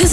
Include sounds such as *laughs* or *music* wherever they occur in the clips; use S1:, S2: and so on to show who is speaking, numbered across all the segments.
S1: this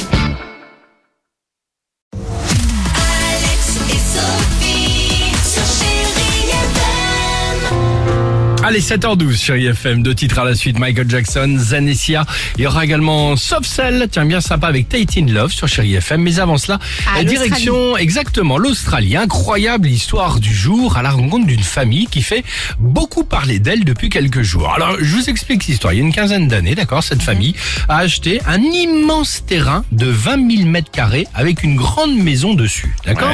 S2: Alex et Sophie sur Chéri FM.
S3: Allez, 7h12 sur IFM, deux titres à la suite, Michael Jackson, Zanessia. Il y aura également Soft Cell, tiens bien sympa avec Tate in Love sur Chéri FM. Mais avant cela,
S1: À
S3: la direction exactement l'Australie. Incroyable histoire du jour à la rencontre d'une famille qui fait beaucoup parler d'elle depuis quelques jours. Alors, je vous explique l'histoire. Il y a une quinzaine d'années, d'accord, cette famille a acheté un immense terrain de 20 000 mètres carrés avec une grande maison dessus, d'accord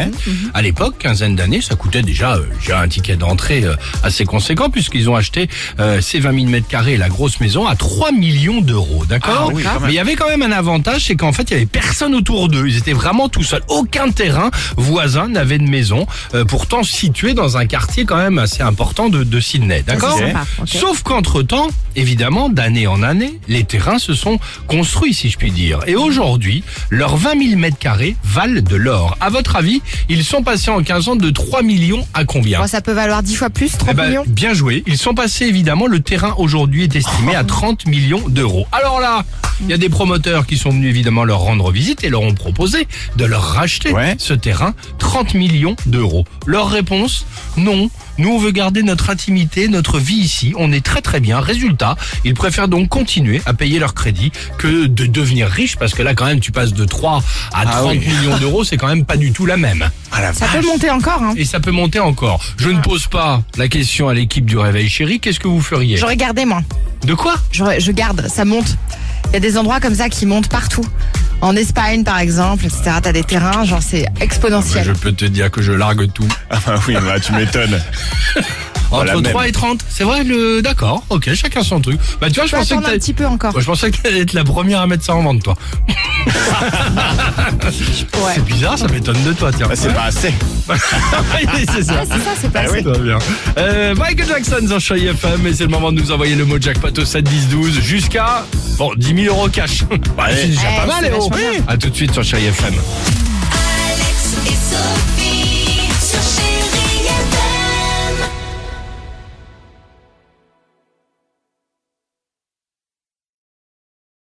S3: À l'époque, quinzaine d'années, ça coûtait déjà, euh, déjà un ticket d'entrée euh, assez conséquent puisqu'ils ont acheté euh, ces 20 000 mètres carrés, et la grosse maison, à 3 millions d'euros, d'accord
S4: Ah oui, quand même.
S3: Mais il y avait quand même un avantage, c'est qu'en fait, il y avait personne autour d'eux. Ils étaient vraiment tout seuls. Aucun terrain voisin n'avait de maison, euh, pourtant situé dans un quartier quand même assez important de, de Sydney, d'accord
S4: sympa,
S1: ok.
S3: Sauf qu'entre-temps, évidemment, d'année en année, les terrains se sont construits, si je puis dire. Et aujourd'hui, leurs 20 000 mètres carrés valent de l'or. À votre avis, ils sont passés en 15 ans de 3 millions à combien
S5: Bon, Oh, ça peut valoir 10 fois plus, 30
S3: eh ben,
S5: millions.
S3: Bien joué. Ils sont passés évidemment. Le terrain aujourd'hui est estimé à 30 millions d'euros. Alors là, il y a des promoteurs qui sont venus évidemment leur rendre visite et leur ont proposé de leur racheter
S4: Ouais.
S3: ce terrain 30 millions d'euros. Leur réponse Non. Nous, on veut garder notre intimité, notre vie ici. On est très très bien. Résultat, ils préfèrent donc continuer à payer leur crédit que de devenir riche parce que là, quand même, tu passes de 3 à 30
S4: Ah oui.
S3: millions d'euros. C'est quand même pas du tout la même.
S4: Ah la
S5: Ça
S4: vache.
S5: peut monter encore. Hein.
S3: Et ça peut monter encore. Je ne pose pas la question à l'équipe du Réveil Chéri. Qu'est-ce que vous feriez
S5: J'aurais gardé, moi.
S3: De quoi
S5: J'aurais- Je garde, ça monte. Il y a des endroits comme ça qui montent partout. En Espagne, par exemple, etc. T'as des terrains, genre c'est exponentiel.
S3: peux te dire que je largue tout.
S4: Ah bah oui, bah, tu m'étonnes. la
S3: Entre
S4: même.
S3: 3 et 30. C'est vrai le. D'accord. Ok, chacun son truc. Bah, tu vois, je
S5: Je peux
S3: pensais que
S5: attendre un
S3: t'allais-
S5: petit peu encore.
S3: Moi, je pensais que t'allais être la première à mettre ça en vente, toi. C'est bizarre, ça m'étonne de toi, tiens.
S4: Bah, c'est pas Bah assez.
S3: *laughs* Oui, c'est ça.
S5: C'est ça, c'est pas
S3: Ah oui. Tout va bien. Euh, Michael Jackson sur Chéri FM, et c'est le moment de nous envoyer le mot jackpot au 7 10 12 jusqu'à bon 10 000 euros cash. *laughs* Ouais, c'est déjà
S5: Eh,
S3: pas mal, oh.
S5: c'est
S3: Léo.
S5: vachement bien.
S3: À tout de suite sur Chéri FM.
S2: Alex et Sophie.